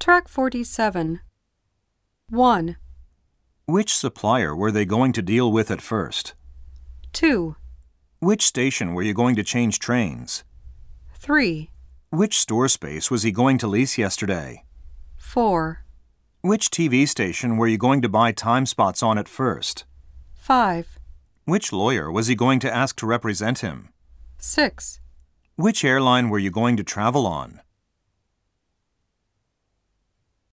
Track 47. 1, Which supplier were they going to deal with at first? 2, Which station were you going to change trains? 3, Which store space was he going to lease yesterday? 4, Which TV station were you going to buy time spots on at first? 5, Which lawyer was he going to ask to represent him? 6, Which airline were you going to travel on?